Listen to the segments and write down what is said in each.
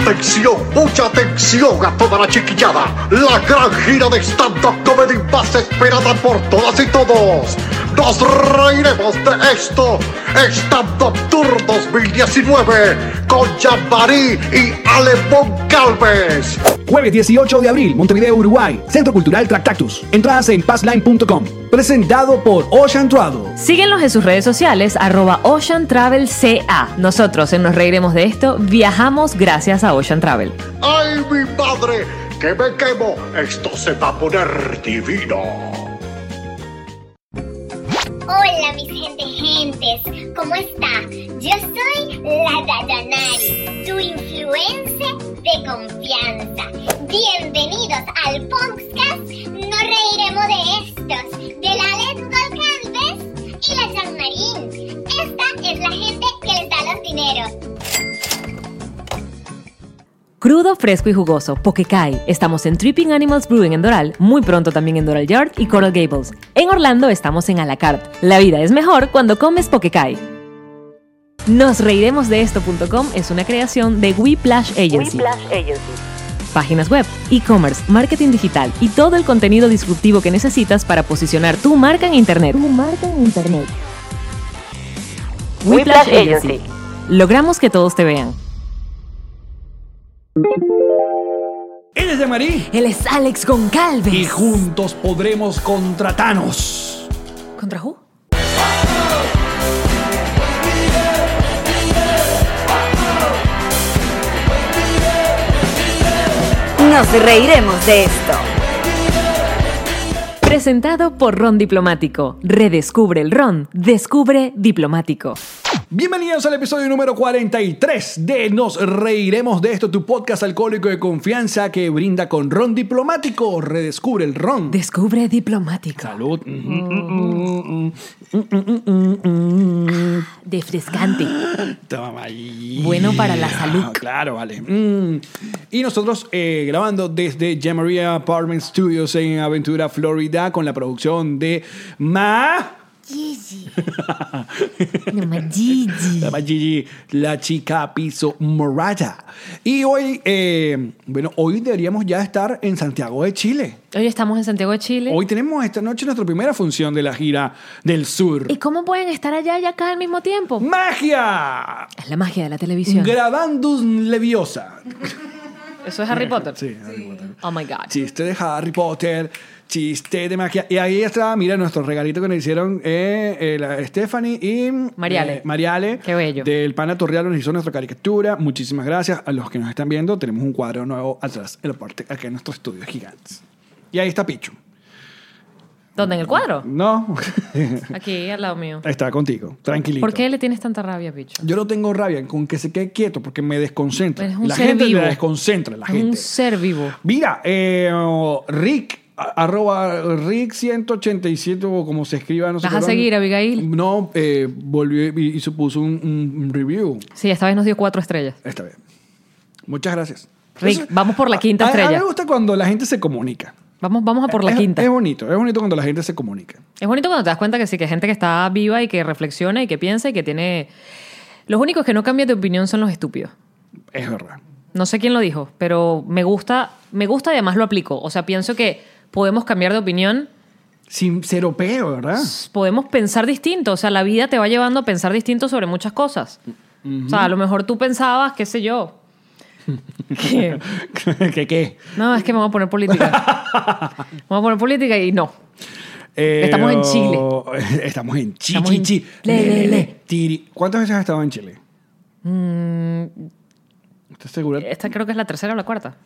Atención, mucha atención a toda la chiquillada. La gran gira de stand-up comedy más esperada por todas y todos. Nos reiremos de esto. Stand-up Tour 2019 con Jean-Marie y Alemón Calves. Jueves 18 de abril, Montevideo, Uruguay. Centro Cultural Tractactus. Entradas en passline.com. Presentado por Ocean Travel. Síguenos en sus redes sociales, arroba Ocean Travel CA. Nosotros en Nos Reiremos de Esto viajamos gracias a Ocean Travel. ¡Ay, mi madre! ¡Que me quemo! Esto se va a poner divino. Hola mis gente gentes, ¿cómo está? Yo soy la Dayanari, tu influencer de confianza. Bienvenidos al podcast No reiremos de estos, de la Alex Golcalves y la Jean Marín. Esta es la gente que les da los dineros. Crudo, fresco y jugoso, Pokekai. Estamos en Tripping Animals Brewing en Doral, muy pronto también en Doral Yard y Coral Gables. En Orlando estamos en Alacart. La vida es mejor cuando comes Pokekai. Nos reiremos de esto.com es una creación de Whiplash Agency. Páginas web, e-commerce, marketing digital y todo el contenido disruptivo que necesitas para posicionar tu marca en Internet. Whiplash Agency. Logramos que todos te vean. Él es Marí Él es Alex Goncalves. y juntos podremos contra Thanos. ¿Contra Who? Nos reiremos de esto. Presentado por Ron Diplomático. Redescubre el Ron. Descubre Diplomático. Bienvenidos al episodio número 43 de Nos Reiremos de Esto, tu podcast alcohólico de confianza que brinda con ron diplomático. Redescubre el ron. Descubre Diplomático. Salud. Mm, Defrescante. Toma ahí. Ah, Bueno para la salud. Claro, vale. Mm. Y nosotros eh, grabando desde Jamaria Apartment Studios en Aventura, Florida, con la producción de Ma. Gigi. Gigi. La Ma Gigi, la chica piso morada. Y hoy, eh, bueno, hoy deberíamos ya estar en Santiago de Chile. Hoy estamos en Santiago de Chile. Hoy tenemos esta noche nuestra primera función de la gira del sur. ¿Y cómo pueden estar allá y acá al mismo tiempo? ¡Magia! Es la magia de la televisión. Grabandus Leviosa. Eso es Harry Potter. Sí, Harry Potter. Oh my God. Chiste de Harry Potter, chiste de magia. Y ahí está, mira, nuestro regalito que nos hicieron eh, eh, la Stephanie y Mariale. eh, Mariale. Qué bello. Del Pana Torreal nos hizo nuestra caricatura. Muchísimas gracias a los que nos están viendo. Tenemos un cuadro nuevo atrás, en la parte, acá en nuestros estudios gigantes. Y ahí está Pichu. ¿Dónde? ¿En el cuadro? No, Aquí, al lado mío. está contigo, tranquilito. ¿Por qué le tienes tanta rabia, bicho? Yo no tengo rabia con que se quede quieto porque me desconcentra. Eres un la ser gente vivo. me desconcentra, la Es un gente. ser vivo. Mira, eh, Rick, a- arroba Rick187, o como se escriba, no sé. ¿Vas a perdón. seguir, Abigail? No, eh, volvió y, y se puso un, un review Sí, esta vez nos dio cuatro estrellas. esta vez. Muchas gracias. Rick, vamos por la quinta a- A, mí estrella. me gusta cuando la gente se comunica. Vamos, vamos a por la Es- quinta. Es bonito, es bonito cuando la gente se comunica. Es bonito cuando te das cuenta que sí, que hay gente que está viva y que reflexiona y que piensa y que tiene... Los únicos que no cambian de opinión son los estúpidos. Es verdad. No sé quién lo dijo, pero me gusta, me gusta y además lo aplico. O sea, pienso que podemos cambiar de opinión, Sin ser opeo, ¿verdad? podemos pensar distinto. O sea, la vida te va llevando a pensar distinto sobre muchas cosas. O sea, a lo mejor tú pensabas, qué sé yo. que- ¿Qué qué? no, es que me voy a poner política. Me voy a poner política y no. Eh, Estamos en Chile. oh, Estamos en Chile. Estamos en- Le, le, le. ¿Cuántas veces has estado en Chile? Mm. ¿Estás segura? Esta creo que es la tercera o la cuarta.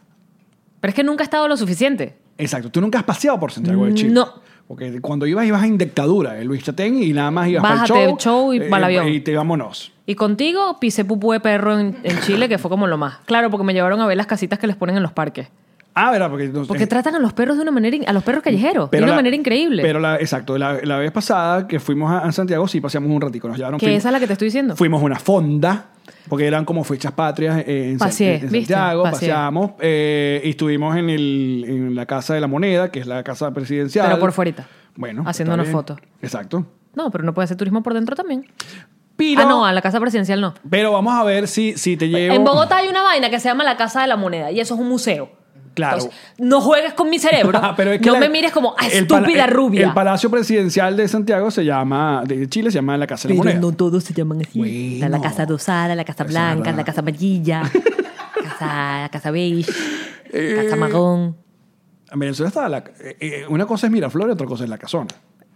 Pero es que nunca he estado lo suficiente. Exacto. ¿Tú nunca has paseado por Santiago de Chile? No. Porque cuando ibas, ibas en dictadura, el Luis Chatén, y nada más ibas Bájate para del el show. eh, show y para el avión. Y te vámonos. Y contigo pisé pupú de perro en, en Chile, que fue como lo más. Claro, porque me llevaron a ver las casitas que les ponen en los parques. Ah, ¿verdad? Porque, entonces- Porque tratan a los perros de una manera, in- a los perros callejeros, de una la- manera increíble. Pero, la, exacto, la, la vez pasada que fuimos a, a Santiago, sí paseamos un ratico. Nos llevaron que fuimos- esa es la que te estoy diciendo. Fuimos a una fonda, porque eran como fechas patrias eh, en, San- Paseé, en ¿viste? Santiago, Paseé. paseamos eh, y estuvimos en, el, en la Casa de la Moneda, que es la casa presidencial. Pero por fuerita. Bueno. Haciendo está una bien. foto. Exacto. No, pero no puede hacer turismo por dentro también. Pero, Ah, no, a la casa presidencial no. pero vamos a ver si, si te llevo. En Bogotá hay una vaina que se llama la Casa de la Moneda y eso es un museo. Claro. Ah, Entonces, no juegues con mi cerebro. Pero es que no la- me mires como "Ah, el pala- estúpida el- rubia. El Palacio Presidencial de Santiago se llama, de Chile se llama la Casa de la Pero Moneda. no todos se llaman así. Bueno. Está la casa rosada, la casa Eso es blanca, verdad. la casa amarilla, la casa, la casa beige, la Eh. casa marrón. En Venezuela está la, eh, eh, una cosa es Miraflores, otra cosa es la casona.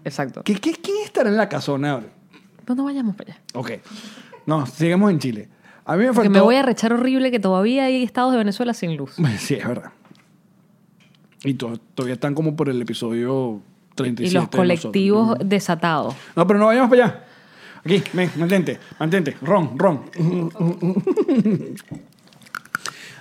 Exacto. ¿Qué, qué, ¿Quién estará en la casona? ahora? No, no vayamos para allá. Ok. No, sigamos en Chile. A mí me Porque faltó... me voy a rechar horrible que todavía hay estados de Venezuela sin luz. Sí, es verdad. Y to- todavía están como por el episodio 37. Y los de nosotros. colectivos desatados. No, pero no vayamos para allá. Aquí, ven, mantente, mantente. Ron, ron.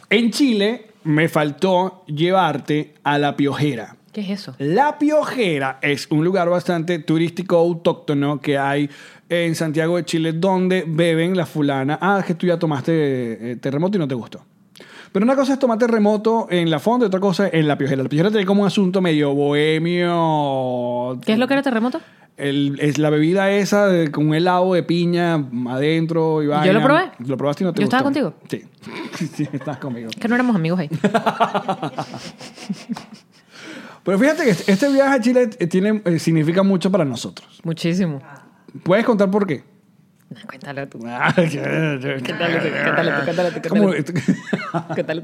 En Chile me faltó llevarte a La Piojera. ¿Qué es eso? La Piojera es un lugar bastante turístico autóctono que hay en Santiago de Chile donde beben la fulana. Ah, es que tú ya tomaste eh, terremoto y no te gustó. Pero una cosa es tomar terremoto en la fonda y otra cosa en la piojera. La piojera tiene como un asunto medio bohemio. ¿Qué es lo que era terremoto? El- es la bebida esa de- con un helado de piña adentro y vaina. lo probé. Lo probaste y no te ¿Yo gustó. estaba contigo? Sí. sí, estabas conmigo. Que no éramos amigos ahí. Pero fíjate que este este viaje a Chile eh, tiene, eh, significa mucho para nosotros. Muchísimo. ¿Puedes contar por qué? No, cuéntalo tú. Cuéntalo tú, cuéntalo tú, cuéntalo tú, Como- cuéntalo tú,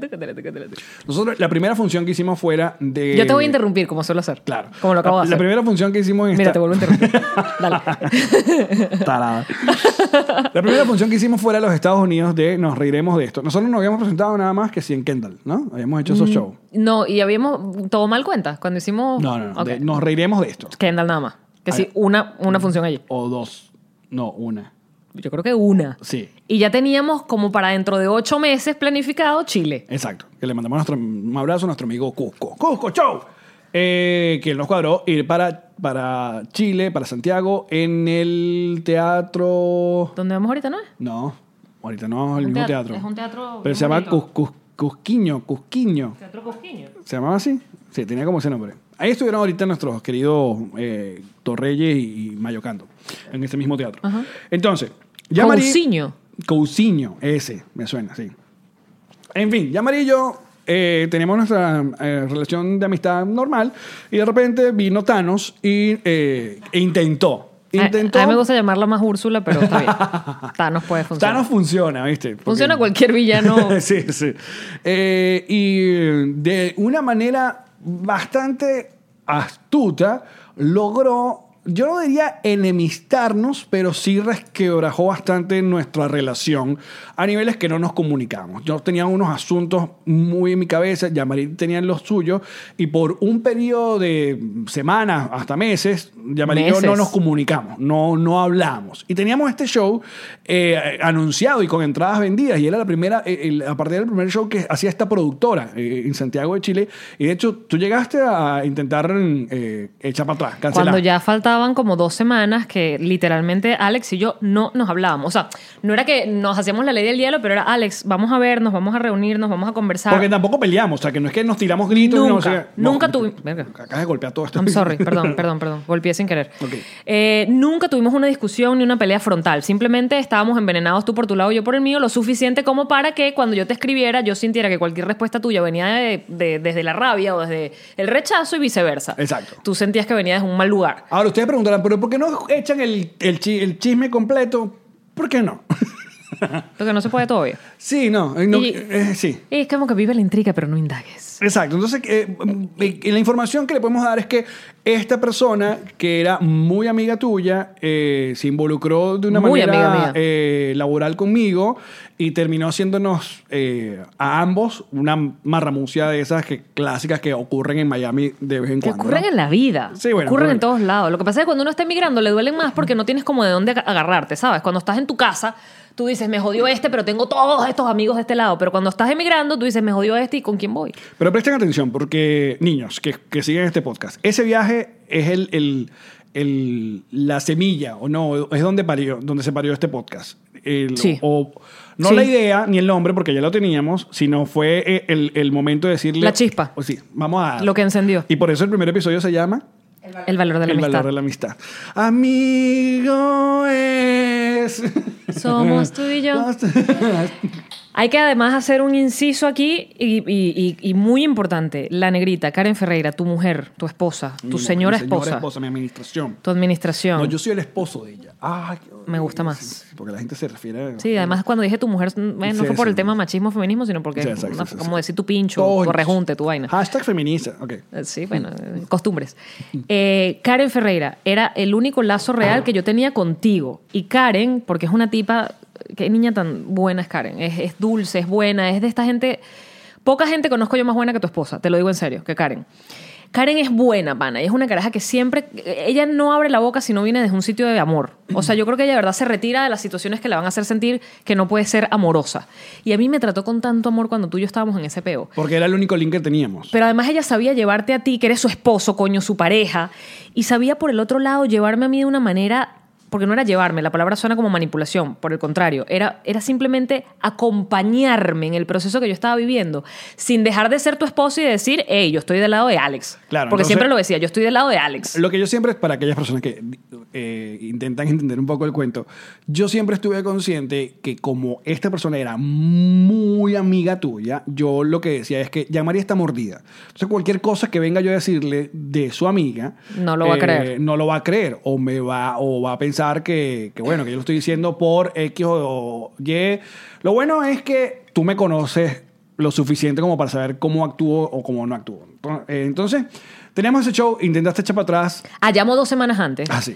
cuéntalo tú, cuéntalo tú. Nosotros, la primera función que hicimos fuera de... este? Yo te voy a interrumpir, como suelo hacer. Claro. Ah, Como lo acabo de la, hacer. La primera función que hicimos en Mira, esta- te vuelvo a interrumpir. Dale. Tarada. La primera función que hicimos fuera de los Estados Unidos de Nos reiremos de esto. Nosotros nos habíamos presentado nada más que si en Kendall, ¿no? Habíamos hecho Mm. esos shows. No, y habíamos todo mal cuenta cuando hicimos. No, no, no. Ok. de nos reiremos de esto. Kendall nada más. Que A sí, ver. una, una función allí. O dos. No, una. Yo creo que una. Sí. Y ya teníamos como para dentro de ocho meses planificado Chile. Exacto. Que le mandamos nuestro, un abrazo a nuestro amigo Cusco. ¡Cusco, chau! Eh, que nos cuadró ir para, para Chile, para Santiago, en el teatro. ¿Dónde vamos ahorita, no es? No, ahorita no es el Un mismo teat- teatro. es un teatro Pero bien se llama bonito. Cus- Cus- Cusquiño, Cusquiño. Teatro Cosquiño. ¿Se llamaba así? Sí, tenía como ese nombre. Ahí estuvieron ahorita nuestros queridos eh, Torreyes y Mayocando, en ese mismo teatro. Ajá. Entonces, ya Marí- Cousiño. Cousiño, ese, me suena, sí. En fin, ya María y yo eh, tenemos nuestra eh, relación de amistad normal y de repente vino Thanos y, eh, e intentó. A- intentó A, mí me gusta llamarla más Úrsula, pero está bien. Thanos puede funcionar. Thanos funciona, ¿viste? Porque- Funciona cualquier villano. sí, sí. Eh, y de una manera bastante astuta logró, yo no diría enemistarnos, pero sí resquebrajó bastante nuestra relación a niveles que no nos comunicamos. Yo tenía unos asuntos muy en mi cabeza, Yamarit tenía los suyos, y por un periodo de semanas hasta meses, Yamarit y yo no Meses. nos comunicamos, no, no hablamos. Y teníamos este show eh, anunciado y con entradas vendidas. Y era la primera, eh, el- a partir del primer show que hacía esta productora eh, en Santiago de Chile. Y de hecho, tú llegaste a intentar eh, echar para atrás, cancelar. Cuando ya faltaban como dos semanas que literalmente Alex y yo no nos hablábamos. O sea, no era que nos hacíamos la ley del hielo, pero era Alex, vamos a vernos, vamos a reunirnos, vamos a conversar. Porque tampoco peleamos, o sea, que no es que nos tiramos gritos. y no Nunca, sé qué. nunca tuvi- Verga. Acabas de golpear todo esto. I'm sorry, perdón, perdón, perdón. Golpeé sin querer. Ok. Eh, nunca tuvimos una discusión ni una pelea frontal. Simplemente estábamos envenenados tú por tu lado, yo por el mío, lo suficiente como para que cuando yo te escribiera, yo sintiera que cualquier respuesta tuya venía de- de- desde la rabia o desde el rechazo y viceversa. Exacto. Tú sentías que venía desde un mal lugar. Ahora ustedes preguntarán, ¿pero por qué no echan el, el chi- el chisme completo? ¿Por qué no? Lo que no se puede todavía. sí, no. eh, no, Y- eh, sí. Y es como que vive la intriga, pero no indagues. Exacto. Entonces, eh, eh, la información que le podemos dar es que esta persona, que era muy amiga tuya, eh, se involucró de una Muy manera amiga mía. eh, laboral conmigo y terminó haciéndonos eh, a ambos una marramucia de esas que, clásicas que ocurren en Miami de vez en Que cuando. ocurren ¿no? en la vida. Sí, bueno, ocurren bueno. en todos lados. Lo que pasa es que cuando uno está emigrando le duelen más porque no tienes como de dónde aga- agarrarte, ¿sabes? Cuando estás en tu casa, tú dices, me jodió este, pero tengo todos estos amigos de este lado. Pero cuando estás emigrando, tú dices, me jodió este y con quién voy. Pero presten atención, porque niños que, que siguen este podcast, ese viaje es el, el- el- la semilla, o no, es donde, parió, donde se parió este podcast. El- Sí. o- no Sí. la idea ni el nombre, porque ya lo teníamos, sino fue eh, el, el momento de decirle... La chispa. O sí, vamos a... Lo que encendió. Y por eso el primer episodio se llama... El valor de la el amistad. valor de la amistad. Amigo es. Somos tú y yo. Hay que además hacer un inciso aquí y, y- y- y muy importante. La negrita, Karen Ferreira, tu mujer, tu esposa, tu Mi señora, mujer, esposa, mi administración. tu administración. No, yo soy el esposo de ella. Ah, qué- Me gusta más. Sí, porque la gente se refiere a. Sí, además cuando dije tu mujer, eh, no Sí, fue por el sí. tema machismo feminismo, sino porque Sí, es exacto, una- sí, sí. Ah, como decir tu pincho, Todo- correjunte, tu vaina. Hashtag feminista. Ok. Eh, Sí, bueno, eh, costumbres. Eh, Karen Ferreira era el único lazo real que yo tenía contigo. Y Karen, porque es una tipa, qué niña tan buena es Karen. Es, es dulce, es buena, es de esta gente. Poca gente conozco yo más buena que tu esposa, te lo digo en serio, que Karen. Karen es buena, pana, y es una caraja que siempre, ella no abre la boca si no viene desde un sitio de amor. O sea, yo creo que ella de verdad se retira de las situaciones que la van a hacer sentir que no puede ser amorosa. Y a mí me trató con tanto amor cuando tú y yo estábamos en ese peo. Porque era el único link que teníamos. Pero además ella sabía llevarte a ti, que eres su esposo, coño, su pareja, y sabía por el otro lado llevarme a mí de una manera, porque no era llevarme, la palabra suena como manipulación, por el contrario, era, era simplemente acompañarme en el proceso que yo estaba viviendo, sin dejar de ser tu esposo y decir, hey, yo estoy del lado de Alex. Claro, porque entonces- siempre lo decía, yo estoy del lado de Alex. Lo que yo siempre, para aquellas personas que eh, intentan entender un poco el cuento, yo siempre estuve consciente que como esta persona era muy amiga tuya, yo lo que decía es que ya María está mordida. Entonces cualquier cosa que venga yo a decirle de su amiga... No lo va a creer. Eh, No lo va a creer o me va, o va a pensar que, que, bueno, que yo lo estoy diciendo por X o Y. Lo bueno es que tú me conoces lo suficiente como para saber cómo actúo o cómo no actúo. Entonces, teníamos ese show, intentaste echar para atrás. ah, Ah, llamó dos semanas antes. Así.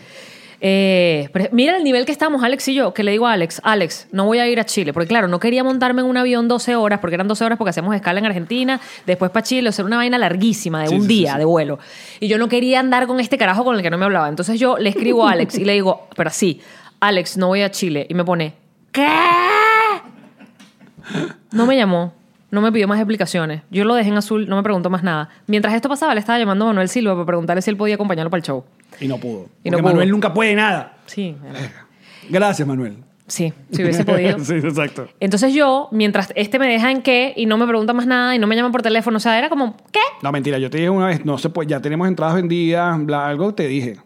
Eh, pero mira el nivel que estamos, Alex y yo, que le digo a Alex, Alex, no voy a ir a Chile, porque claro, no quería montarme en un avión 12 horas, porque eran 12 horas porque hacemos escala en Argentina, después para Chile, o sea, era una vaina larguísima de Sí, un sí, sí, día sí. de vuelo. Y yo no quería andar con este carajo con el que no me hablaba. Entonces yo le escribo a Alex y le digo, pero sí, Alex, no voy a Chile. Y me pone, ¿qué? No me llamó. No me pidió más explicaciones. Yo lo dejé en azul, no me preguntó más nada. Mientras esto pasaba, le estaba llamando a Manuel Silva para preguntarle si él podía acompañarlo para el show. Y no pudo. Y Y no pudo. Manuel nunca puede nada. Sí, era- Gracias, Manuel. Sí, si hubiese podido. sí, exacto. Entonces yo, mientras este me deja en qué y no me pregunta más nada y no me llama por teléfono, o sea, era como, ¿qué? No, mentira, yo te dije una vez, no se puede, ya tenemos entradas vendidas, bla, algo te dije.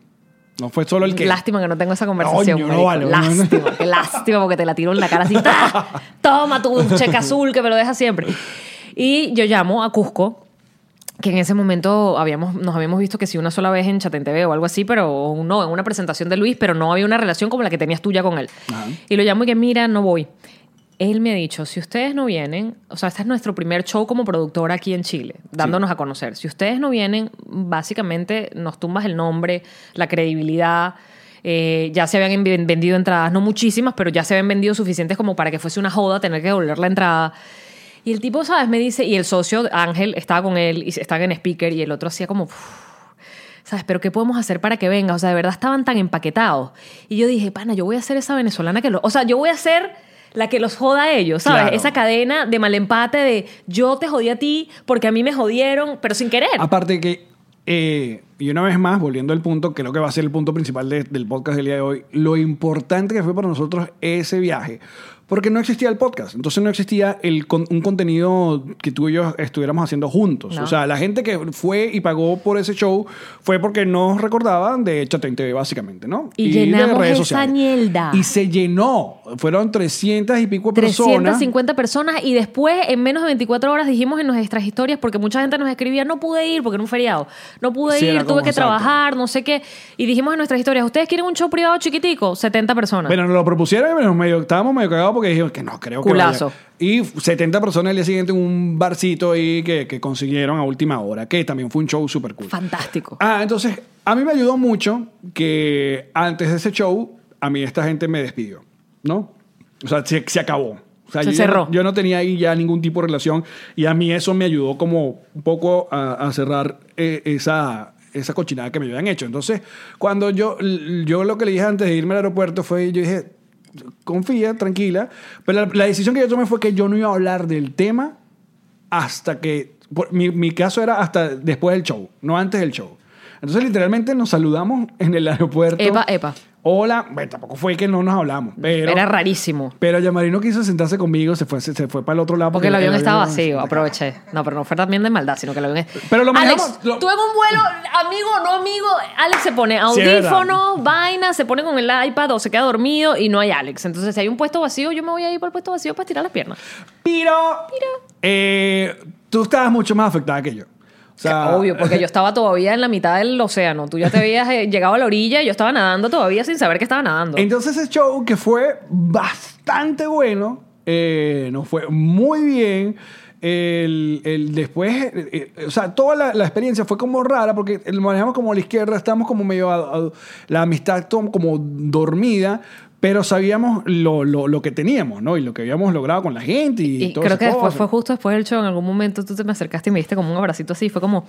No fue solo el que. Lástima que no tengo esa conversación. Coño, no marico. vale, no, no. lástima, qué lástima porque te la tiro en la cara así. ¡tá! Toma tu cheque azul que me lo deja siempre. Y yo llamo a Cusco, que en ese momento habíamos, nos habíamos visto que sí una sola vez en Chatén TV o algo así, pero o no, en una presentación de Luis, pero no había una relación como la que tenías tú ya con él. Ajá. Y lo llamo y que mira, no voy. Él me ha dicho, si ustedes no vienen, o sea, este es nuestro primer show como productor aquí en Chile, dándonos a conocer. Si ustedes no vienen, básicamente nos tumbas el nombre, la credibilidad. eh, ya se habían envi- vendido entradas, no muchísimas, pero ya se habían vendido suficientes como para que fuese una joda tener que devolver la entrada. Y el tipo, ¿sabes? Me dice, y el socio Ángel estaba con él, y estaban en speaker, y el otro hacía como, "Uf, ¿sabes? Pero ¿qué podemos hacer para que venga? O sea, de verdad estaban tan empaquetados. Y yo dije, pana, yo voy a ser esa venezolana que lo. O sea, yo voy a ser la que los joda a ellos, ¿sabes? Claro. Esa cadena de mal empate de yo te jodí a ti porque a mí me jodieron, pero sin querer. Aparte que, eh, y una vez más, volviendo al punto, creo que va a ser el punto principal de- del podcast del día de hoy, lo importante que fue para nosotros ese viaje. Porque no existía el podcast, entonces no existía el, con- un contenido que tú y yo estuviéramos haciendo juntos. No. O sea, la gente que fue y pagó por ese show fue porque nos recordaban de Chatén TV, básicamente, ¿no? Y de llenamos redes esa sociales. mierda. Y se llenó. Fueron 300 y pico de personas. 350 personas y después en menos de 24 horas dijimos en nuestras historias porque mucha gente nos escribía no pude ir porque era un feriado no pude Sí, era ir tuve como que exacto. trabajar no sé qué y dijimos en nuestras historias ustedes quieren un show privado chiquitico 70 personas Bueno, nos lo propusieron y nos medio- estábamos medio cagados porque dijimos que no, creo que Culazo. vaya. Y 70 personas el día siguiente en un barcito ahí que, que consiguieron a última hora, que también fue un show súper cool. fantástico Ah, entonces, a mí me ayudó mucho que antes de ese show, a mí esta gente me despidió, ¿no? O sea, se, se acabó. O sea, Se yo, cerró. Yo, no tenía ahí ya ningún tipo de relación y a mí eso me ayudó como un poco a, a cerrar eh, esa, esa cochinada que me habían hecho. Entonces, cuando yo, yo lo que le dije antes de irme al aeropuerto fue, yo dije, confía, tranquila, pero la, la decisión que yo tomé fue que yo no iba a hablar del tema hasta que. por- mi, mi caso era hasta después del show, no antes del show. Entonces, literalmente nos saludamos en el aeropuerto. Epa, epa. Hola, bueno, tampoco fue que no nos hablamos, pero... Ah, Era rarísimo. Pero Yamari no quiso sentarse conmigo, se fue, se, se fue para el otro lado. Porque el avión estaba no- vacío, aproveché. No, pero no fue también de maldad, sino que el avión. Pero lo Alex, manejamos- lo- tú en un vuelo, amigo o no amigo, Alex se pone Sí, es verdad. audífono, vaina, se pone con el iPad o se queda dormido y no hay Alex. Entonces, si hay un puesto vacío, yo me voy a ir para el puesto vacío para estirar las piernas. Piro, eh, tú estabas mucho más afectada que yo. O sea, Obvio, porque yo estaba todavía en la mitad del océano. Tú ya te habías eh, llegado a la orilla y yo estaba nadando todavía sin saber que estaba nadando. Entonces ese show que fue bastante bueno, eh, nos fue muy bien. El, el después, eh, eh, o sea, toda la, la experiencia fue como rara porque lo manejamos como a la izquierda, estábamos como medio, a- a- la amistad tom- como dormida, pero sabíamos lo, lo- lo que teníamos, ¿no? Y lo que habíamos logrado con la gente y, Y todo creo que después fue justo después del show, en algún momento tú te me acercaste y me diste como un abracito así. Fue como,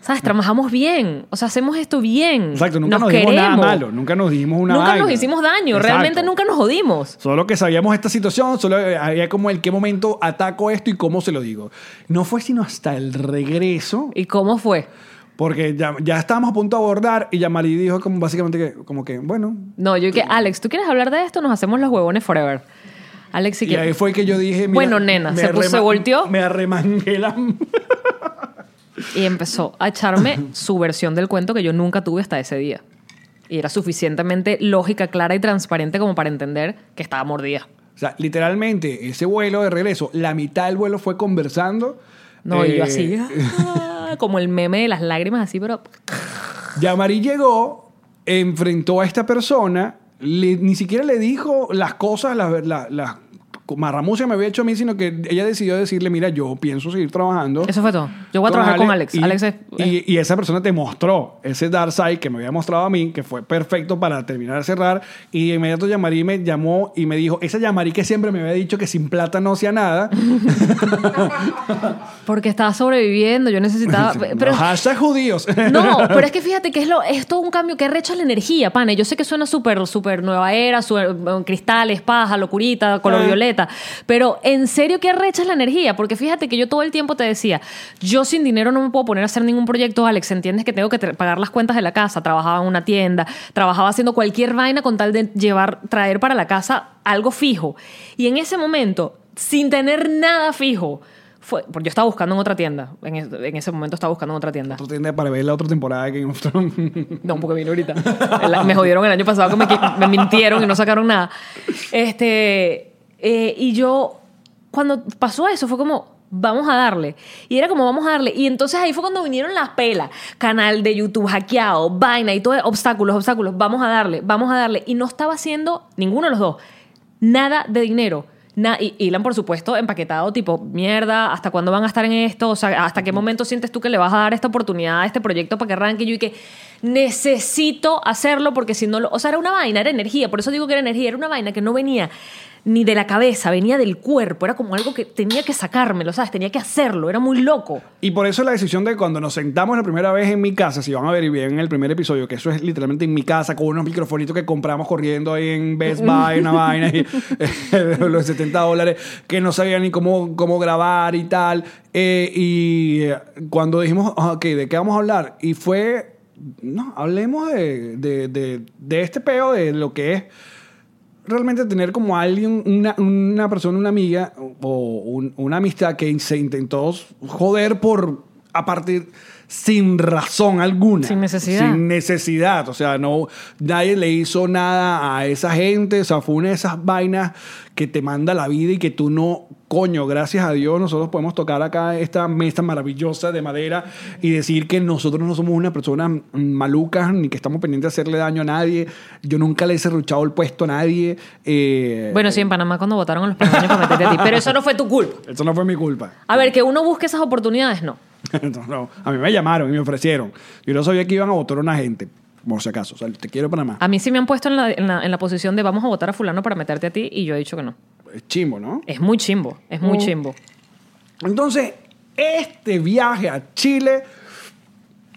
¿sabes? Trabajamos bien. O sea, hacemos esto bien. Exacto, nunca nos, queremos. dijimos nada malo, nunca nos dijimos una Nunca nos vaina. hicimos daño. Exacto. Realmente nunca nos jodimos. Solo que sabíamos esta situación, solo había como el qué momento ataco esto y cómo se lo digo. No fue sino hasta el regreso, ¿Y cómo fue? porque ya, ya estábamos a punto de abordar y Yamari dijo como básicamente que, como que, bueno. No, yo que Alex, ¿tú quieres hablar de esto? Nos hacemos los huevones forever. Alex, si Y ahí quieres. fue que yo dije, mira, Bueno, nena, se puso- se volteó. Me arremangué la... Y empezó a echarme su versión del cuento que yo nunca tuve hasta ese día. Y era suficientemente lógica, clara y transparente como para entender que estaba mordida. O sea, literalmente, ese vuelo de regreso, la mitad del vuelo fue conversando. No, y yo así, Eh, ah, como el meme de las lágrimas, así, pero Yamari llegó, enfrentó a esta persona, le- ni siquiera le dijo las cosas, las, las, las marramucias que me había hecho a mí, sino que ella decidió decirle, mira, yo pienso seguir trabajando. Eso fue todo. Yo voy a trabajar con Alex. Oh. Y, Alex es- eh. y- y esa persona te mostró ese dark side que me había mostrado a mí, que fue perfecto para terminar de cerrar. Y de inmediato Yamari me llamó y me dijo, esa Yamari que siempre me había dicho que sin plata no hacía nada. porque estaba sobreviviendo, yo necesitaba... Pero, Los hashtag judíos. no, pero es que fíjate que es, lo, es todo un cambio que recha la energía, pana. Yo sé que suena súper, súper nueva era, súper, eh, cristales, paja, locurita, color Ah. violeta, pero en serio que recha la energía, porque fíjate que yo todo el tiempo te decía, yo sin dinero no me puedo poner a hacer ningún proyecto, Alex, entiendes que tengo que tra- pagar las cuentas de la casa, trabajaba en una tienda, trabajaba haciendo cualquier vaina con tal de llevar, traer para la casa algo fijo. Y en ese momento, sin tener nada fijo, fue, porque yo estaba buscando en otra tienda, en, es- en ese momento estaba buscando en otra tienda. Tú tienes para ver la otra temporada de Game of Thrones. No, porque vino ahorita. El- Me jodieron el año pasado que me, qui- me mintieron y no sacaron nada. Este, eh, y yo, cuando pasó eso, fue como, vamos a darle. Y era como, vamos a darle. Y entonces ahí fue cuando vinieron las pelas. Canal de YouTube hackeado, vaina y todo, obstáculos, obstáculos, vamos a darle, vamos a darle. Y no estaba haciendo ninguno de los dos nada de dinero. Na- y Ilan, por supuesto, empaquetado, tipo, mierda, ¿hasta cuándo van a estar en esto? O sea, ¿hasta qué momento sientes tú que le vas a dar esta oportunidad a este proyecto para que arranque? Y yo, y que necesito hacerlo porque si no lo. O sea, era una vaina, era energía, por eso digo que era energía, era una vaina que no venía ni de la cabeza, venía del cuerpo, era como algo que tenía que sacármelo, ¿sabes? Tenía que hacerlo, era muy loco. Y por eso la decisión de cuando nos sentamos la primera vez en mi casa, si van a ver bien en el primer episodio, que eso es literalmente en mi casa, con unos microfonitos que compramos corriendo ahí en Best Buy, una vaina, y, eh, los 70 dólares, que no sabía ni cómo, cómo grabar y tal. Eh, y eh, cuando dijimos, "Ah, ok, ¿de qué vamos a hablar? Y fue, no, hablemos de, de, de, de este peo, de lo que es realmente tener como alguien, una, una persona, una amiga o un- una amistad que se intentó joder por a partir sin razón alguna. Sin necesidad. Sin necesidad. O sea, no, nadie le hizo nada a esa gente. O sea, fue una de esas vainas que te manda la vida y que tú no, coño, gracias a Dios, nosotros podemos tocar acá esta mesa maravillosa de madera y decir que nosotros no somos una persona maluca ni que estamos pendientes de hacerle daño a nadie. Yo nunca le he cerruchado el puesto a nadie. Eh, Bueno, sí, en Panamá cuando votaron a los panameños para meterte a ti, pero eso no fue tu culpa. Eso no fue mi culpa. A ver, que uno busque esas oportunidades, no. No, no. A mí me llamaron y me ofrecieron. Yo no sabía que iban a votar a una gente, por si acaso. O sea, te quiero Panamá. A mí sí me han puesto en la, en la- en la posición de vamos a votar a fulano para meterte a ti y yo he dicho que no. Es chimbo, ¿no? Es muy chimbo, es muy Mm. chimbo. Entonces, este viaje a Chile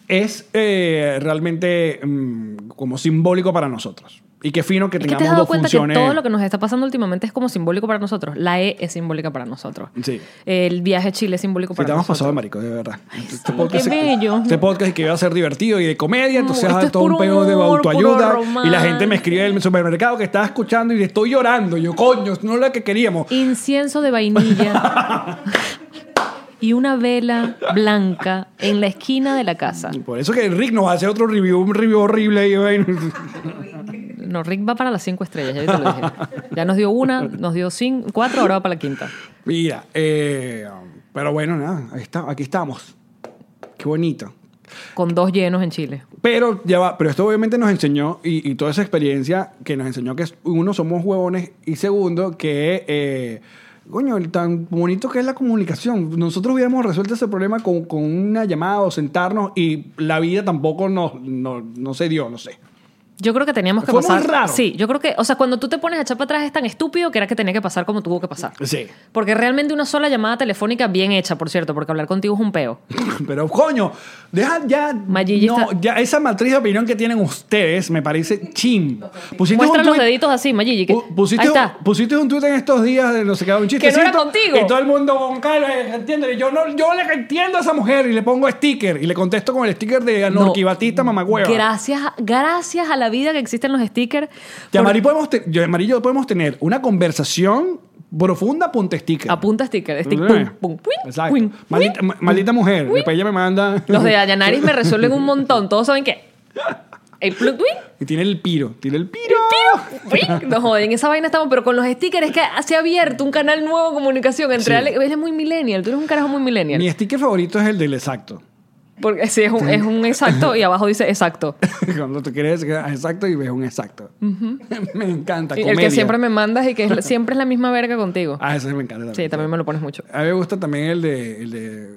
es eh, realmente mm, como simbólico para nosotros. Y qué fino que Es que te tengamos has dado dos cuenta funciones. que todo lo que nos está pasando últimamente es como simbólico para nosotros. La E es simbólica para nosotros. Sí. El viaje a Chile es simbólico Sí, para te hemos nosotros. pasado de marico, de verdad. sí, qué bello. Este podcast que iba a ser divertido y de comedia, entonces Esto ah, es todo un puro pedo de humor, puro autoayuda. Y la romance. gente me escribe en el supermercado que estaba escuchando y le estoy llorando. Y yo, coño, no es lo que queríamos. Incienso de vainilla. y una vela blanca en la esquina de la casa. Por eso que Rick nos hace otro review, un review horrible. Y, bueno, No, Rick va para las cinco estrellas, ya yo te lo dije. Ya nos dio una, nos dio cinco, cuatro, ahora va para la quinta. mira, eh, pero bueno, nada, ahí está, aquí estamos. Qué bonito. Con dos llenos en Chile. Pero ya va, pero esto obviamente nos enseñó, y, y toda esa experiencia que nos enseñó que uno somos huevones, y segundo, que eh, coño, el tan bonito que es la comunicación. Nosotros hubiéramos resuelto ese problema con, con una llamada o sentarnos, y la vida tampoco nos, no, no se dio, no sé. Yo creo que teníamos que Fue muy pasar. raro. Sí, yo creo que, o sea, cuando tú te pones a echar para atrás es tan estúpido que era que tenía que pasar como tuvo que pasar. Sí. Porque realmente una sola llamada telefónica bien hecha, por cierto, porque hablar contigo es un peo. Pero coño, deja ya, Mayillista. no, ya esa matriz de opinión que tienen ustedes me parece chimbo. Pusiste Muestra un los tuit- deditos así, Magigi. Que, Pu- pusiste, ahí un, está. pusiste un tuit en estos días de no sé qué, un chiste. era contigo. Y todo el mundo con calma, eh, entiéndele. Yo, no, yo le entiendo a esa mujer y le pongo sticker y le contesto con el sticker de Anorki Batista, mamagüeva. Gracias, gracias a la vida que existen los stickers. Que por- Amarillo podemos, te- yo, Amarillo podemos tener una conversación profunda punta sticker. Apunta sticker. stick, Sí. pum, pum, puin, Exacto. puin, Maldita, puin, ma- maldita mujer. puin. Después ella me manda. Los de Dayanaris me resuelven un montón. Todos saben que. El plug, twin, Y tiene el piro. Tiene el piro. twin. No joden, esa vaina estamos, pero con los stickers es que se ha abierto un canal nuevo de comunicación entre Sí. Ale. Él es muy millennial, tú eres un carajo muy millennial. Mi sticker favorito es el del exacto. Porque sí, es un, es un exacto y abajo dice exacto. Cuando tú quieres que- exacto y ves un exacto. me encanta. Y el que comedia. siempre me mandas y que es la- siempre es la misma verga contigo. Ah, ese me encanta también. Sí, también me lo pones mucho. A mí me gusta también el de. El de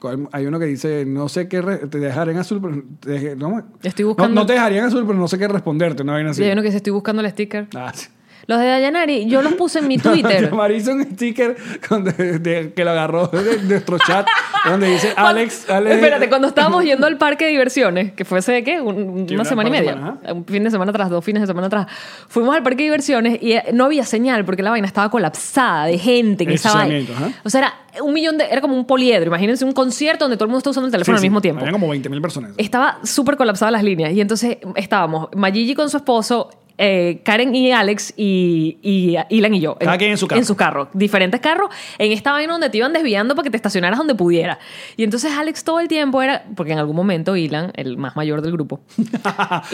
¿cuál? hay uno que dice, no sé qué. re- te dejaré en azul, pero. te dejé- no, Estoy no- buscando- No, te dejaría en azul, pero no sé qué responderte. No hay así. Y hay uno que dice, estoy buscando el sticker. Ah, sí. Los de Dayanari, yo los puse en mi Twitter. Tamara hizo un sticker con- de- de- que lo agarró de nuestro chat donde dice Cuando- Alex, Alex. Espérate, cuando estábamos yendo al parque de diversiones, que fue hace de qué? Un- un- Sí, una una- semana y par de media. semanas, Un fin de semana atrás, dos fines de semana atrás. Fuimos al parque de diversiones y eh, no había señal porque la vaina estaba colapsada de gente en esa vaina. Estacionamiento, ajá. O sea, era un millón de. Era como un poliedro. Imagínense un concierto donde todo el mundo está usando el Sí, teléfono sí, al mismo tiempo. Habían como 20.000 personas. Estaba súper colapsadas las líneas. Y entonces estábamos Mayigi con su esposo, eh, Karen y Alex y, y Ilan y yo. Cada quien en su carro. En su carro. Diferentes carros. En esta vaina donde te iban desviando para que te estacionaras donde pudiera. Y entonces Alex todo el tiempo era... Porque en algún momento Ilan, el más mayor del grupo... se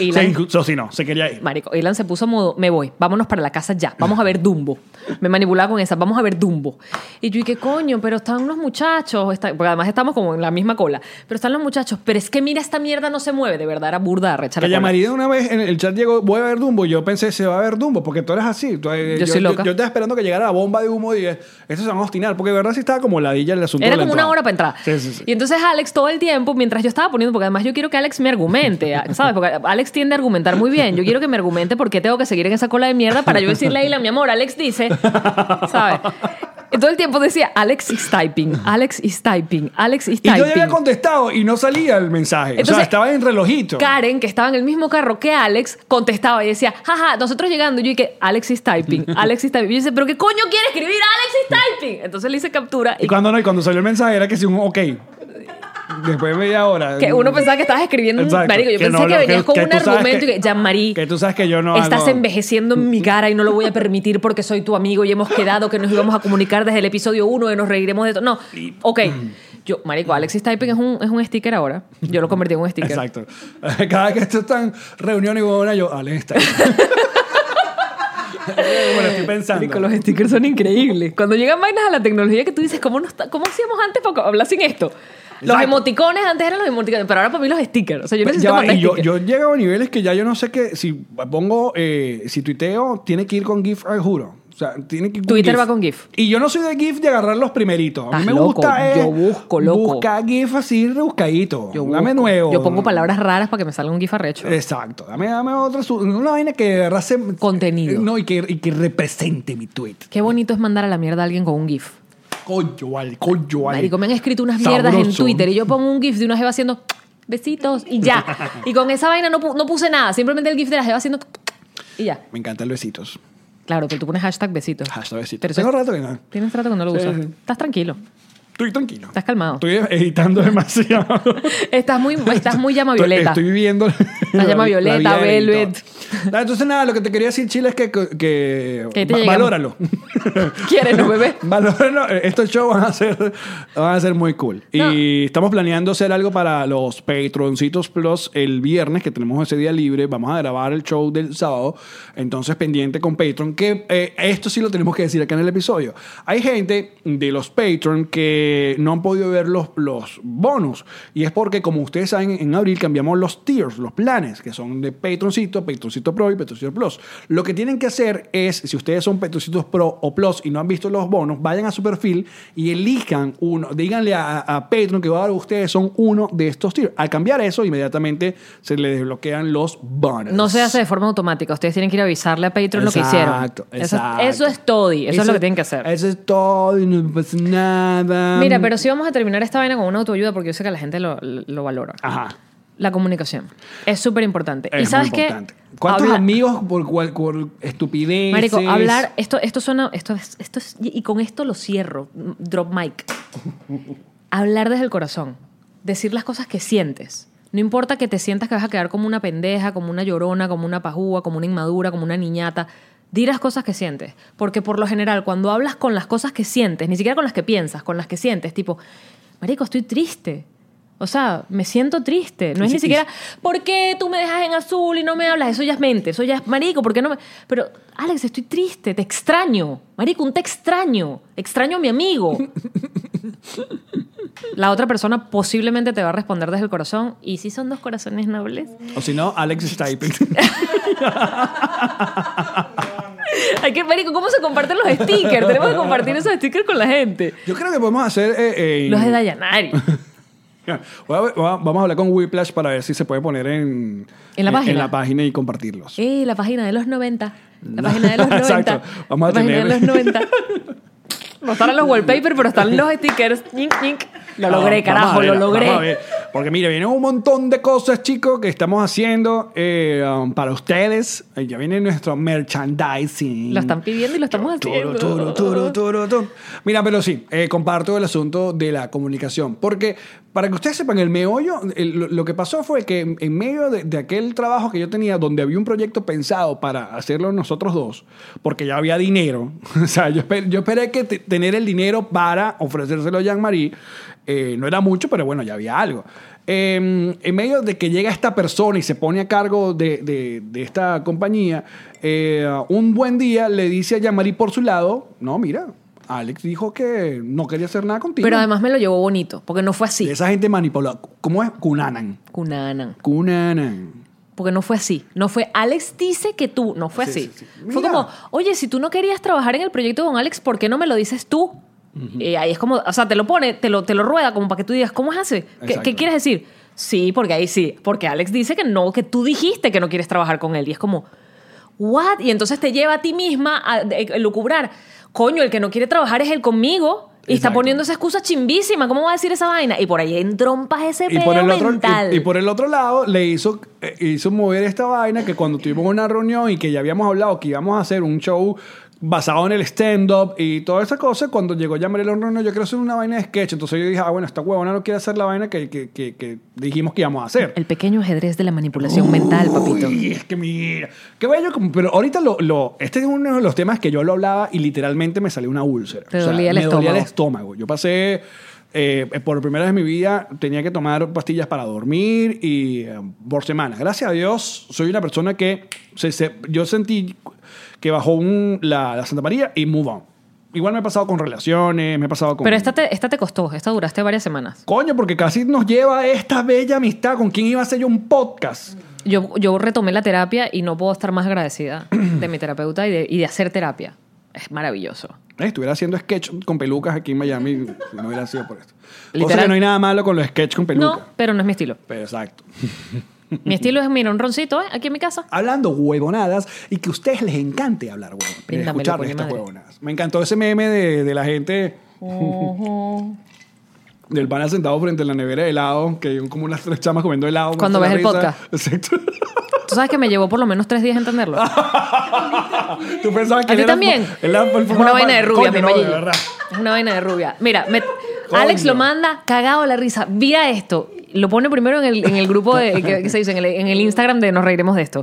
Ilan- incluso, sí, no, se quería ir. Marico, Ilan se puso modo, me voy, vámonos para la casa ya, vamos a ver Dumbo. Me manipulaba con esa, vamos a ver Dumbo. Y yo, ¿y qué coño? Pero están los muchachos, está- porque además estamos como en la misma cola, pero están los muchachos, pero es que mira, esta mierda no se mueve, de verdad, era burda, rechar. Que llamaría una vez en el chat llegó, voy a ver Dumbo. y Yo pensé, se va a ver Dumbo, porque tú eres así. Tú, eh, Yo soy loca. Yo, estaba esperando que llegara la bomba de humo y eh, estos se van a obstinar, porque de verdad sí estaba como ladilla el asunto. Era de la como una entrada. hora para entrar. Sí, sí, sí. Y entonces Alex todo el tiempo, mientras yo estaba poniendo, porque además yo quiero que Alex me argumente, ¿sabes? Porque Alex tiende a argumentar muy bien. Yo quiero que me argumente por qué tengo que seguir en esa cola de mierda para yo decirle a Ilan, mi amor, Alex dice, ¿sabes? Y Todo el tiempo decía, Alex is typing, Alex is typing, Alex is Y yo ya typing. había contestado y no salía el mensaje. o sea, Entonces, estaba en relojito. Karen, que estaba en el mismo carro que Alex, contestaba y decía, jaja, nosotros llegando. Y yo dije, Alex is typing, Alex is typing. Y yo dice, ¿pero qué coño quiere escribir Alex is typing? Entonces le hice captura Y y cuando no, y cuando salió el mensaje era que sí, un ok. Después de media hora. mm, Que uno pensaba que estabas escribiendo un Exacto. marico. Yo Que pensé no, que lo- venías que- con que un tú sabes argumento que- y que, Jean-Marie, Que tú sabes que yo no estás hago- envejeciendo en mi cara y no lo voy a permitir porque soy tu amigo y hemos quedado que nos íbamos a comunicar desde el episodio 1 y nos reiremos de todo. No, ok. Yo, marico, Alexis Typing es un, es un sticker ahora. Yo lo convertí en un sticker. Exacto. Cada vez que esto están reuniones y huevona, yo, Ale, está. ahí". bueno, estoy pensando. Marico, los stickers son increíbles. Cuando llegan vainas a la tecnología que tú dices, ¿cómo, no está- cómo hacíamos antes para hablar sin esto? Los Exacto. emoticones, antes eran los emoticones, pero ahora para mí los stickers. O sea, yo Pero necesito ya va, mandar y yo, stickers. yo he llegado a niveles que ya yo no sé que si pongo, eh, si tuiteo, tiene que ir con GIF, al juro. O sea, tiene que ir Twitter va con GIF. Y yo no soy de GIF de agarrar los primeritos. A mí Estás me loco, gusta yo eh, busco, loco. Buscar GIF así rebuscadito. Yo dame busco. nuevo. Yo pongo palabras raras para que me salga un gif arrecho. Exacto. Dame, dame otra. su- Una vaina que de verdad se- Contenido. No, y que, y que represente mi tweet. Qué bonito es mandar a la mierda a alguien con un gif. Coño, vale, coño, vale. Marico, me han escrito unas mierdas en Sabroso. Twitter y yo pongo un gif de una jeva haciendo besitos y ya. Y con esa vaina no, pu- no puse nada, simplemente el gif de la jeva haciendo Y ya. Me encantan los besitos. Claro, pero tú pones hashtag besitos. Hashtag besitos. Pero Tengo eso- rato que no. Tienes trato que no lo Sí, usas. sí. Estás tranquilo. Estoy tranquilo. Estás calmado. Estoy editando demasiado. Estás muy, estás muy llama Estoy- violeta. Estoy viviendo. La llama vi- violeta, vida de velvet. Victor. Ah, Entonces, nada, lo que te quería decir, Chile, es que. que Que te va- llegamos. valóralo. ¿Quieres, no, bebé? Valóralo. Estos shows van a ser, van a ser muy cool. No. Y estamos planeando hacer algo para los Patroncitos Plus el viernes, que tenemos ese día libre. Vamos a grabar el show del sábado. Entonces, pendiente con Patreon. Que eh, esto sí lo tenemos que decir acá en el episodio. Hay gente de los Patreon que no han podido ver los, los bonus. Y es porque, como ustedes saben, en abril cambiamos los tiers, los planes, que son de Patroncito, Patroncito Pro y Patroncito Plus. Lo que tienen que hacer es, si ustedes son Patroncitos Pro o Plus y no han visto los bonos, vayan a su perfil y elijan uno. Díganle a, a Patreon que va a dar ustedes son uno de estos tiers. Al cambiar eso, inmediatamente se les desbloquean los bonos. No se hace de forma automática. Ustedes tienen que ir a avisarle a Patreon lo que hicieron. Exacto, Eso- exacto. Eso, es todo. Eso, es lo que tienen que hacer. Eso es todo y no pasa nada. Mira, pero si vamos a terminar esta vaina con una autoayuda porque yo sé que la gente lo, lo valora. Ajá. La comunicación. Es súper importante. Y Es sabes muy qué? importante. ¿Cuántos Habla- amigos por, cual- por estupidez? Marico, hablar, esto, esto suena, esto es, esto es- y y con esto lo cierro, m- drop mic. hablar desde el corazón, decir las cosas que sientes. No importa que te sientas que vas a quedar como una pendeja, como una llorona, como una pajúa, como una inmadura, como una niñata. Di las cosas que sientes. Porque por lo general, cuando hablas con las cosas que sientes, ni siquiera con las que piensas, con las que sientes, tipo, Marico, estoy triste. O sea, me siento triste. No es Y- ni y- siquiera, ¿por qué tú me dejas en azul y no me hablas? Eso ya es mente, eso ya es marico, ¿por qué no me.? Pero, Alex, estoy triste, te extraño. Marico, un te extraño. Extraño a mi amigo. La otra persona posiblemente te va a responder desde el corazón. Y si son dos corazones nobles. O si no, Alex Stipe. Ay, qué marico, ¿cómo se comparten los stickers? Tenemos que compartir esos stickers con la gente. Yo creo que podemos hacer. eh, eh, Los de Dayanari. Voy a ver- voy a- vamos a hablar con Whiplash para ver si se puede poner en, En la página. la página y compartirlos. Eh, la página de los 90. La página de los 90. Exacto. Vamos a la página tener- de los 90. No estarán los wallpapers, pero están los stickers. Ñic, ñic. Lo logré, Vamos carajo, a ver, lo logré. vamos a ver. Porque mire, vienen un montón de cosas, chicos, que estamos haciendo eh, um, para ustedes. Eh, Ya viene nuestro merchandising. Lo están pidiendo y lo estamos Turu, haciendo. turu, turu, turu, turu. Mira, pero sí, eh, comparto el asunto de la comunicación. Porque, para que ustedes sepan, el meollo, el- lo, lo que pasó fue que en, en medio de, de aquel trabajo que yo tenía, donde había un proyecto pensado para hacerlo nosotros dos, porque ya había dinero. o sea, yo, esper- yo esperé que te- tener el dinero para ofrecérselo a Jean-Marie. eh, no era mucho, pero bueno, ya había algo. Eh, en medio de que llega esta persona y se pone a cargo de, de- de esta compañía, eh, un buen día le dice a Yamari por su lado, no, mira, Alex dijo que no quería hacer nada contigo. Pero además me lo llevó bonito, porque no fue así. Esa gente manipulada. ¿Cómo es? Cunanan. Cunanan. Cunanan. Porque no fue así. No fue Alex dice que tú. No fue Sí, así. sí, sí. Fue Mira. como, oye, si tú no querías trabajar en el proyecto con Alex, ¿por qué no me lo dices tú? Eh, ahí es como, o sea, te lo pone, te lo, te lo rueda como para que tú digas, ¿cómo es así? ¿Qué, Exacto. qué quieres decir? Sí, porque ahí sí. Porque Alex dice que no, que tú dijiste que no quieres trabajar con él. Y es como, ¿what? Y entonces te lleva a ti misma a, eh, lucubrar. Coño, el que no quiere trabajar es él conmigo. Y está Exacto. poniendo esa excusa chimbísima. ¿Cómo va a decir esa vaina? Y por ahí entrompas ese Y por, peo el otro, mental. y, y por el otro lado, le hizo, eh, hizo mover esta vaina que cuando tuvimos una reunión y que ya habíamos hablado que íbamos a hacer un show basado en el stand-up y toda esa cosa, cuando llegó ya Mariela Reunión, yo quiero hacer una vaina de sketch. Entonces yo dije, ah, bueno, esta huevona no quiere hacer la vaina que, que, que, que dijimos que íbamos a hacer. El pequeño ajedrez de la manipulación mental, papito. Uy, es que mira. Qué bello. como- Pero ahorita lo, lo- Este es uno de los temas que yo lo hablaba y literalmente me salió una úlcera. Te dolía el me dolía el estómago. estómago. Yo pasé. eh, por primera vez en mi vida tenía que tomar pastillas para dormir y eh, por semana. Gracias a Dios, soy una persona que se- se- yo sentí que bajó un- la, la Santa María y move on. Igual me he pasado con relaciones, me he pasado con. Pero esta te, esta te costó, esta duraste varias semanas. Coño, porque casi nos lleva a esta bella amistad con quien iba a hacer yo un podcast. Yo, yo retomé la terapia y no puedo estar más agradecida de mi terapeuta y de, y de hacer terapia. Es maravilloso. Eh, estuviera haciendo sketch con pelucas aquí en Miami, si no hubiera sido por esto. O sea Literal. que no hay nada malo con los sketch con pelucas. No, pero no es mi estilo. Pero exacto. Mi estilo es, mira, un roncito ¿eh? aquí en mi casa. Hablando huevonadas y que a ustedes les encante hablar huevonadas. Príndamelo, Escuchar coño estas madre. huevonadas. Me encantó ese meme de, de la gente del pana sentado frente a la nevera de helado, que hay como unas tres chamas comiendo helado. Cuando muertas ves de el risa. Exacto. Tú sabes que me llevó por lo menos tres días entenderlo. Tú pensabas que ¿A ti él era- también? él era- él es formaba una vaina de parte- rubia, mi Coño, no, Mayeli. de verdad. Es una vaina de rubia. Mira, me- Alex lo manda cagado a la risa. Mira esto. Lo pone primero en el, en el grupo de, que, que se dice, en el, en el Instagram de Nos Reiremos de esto.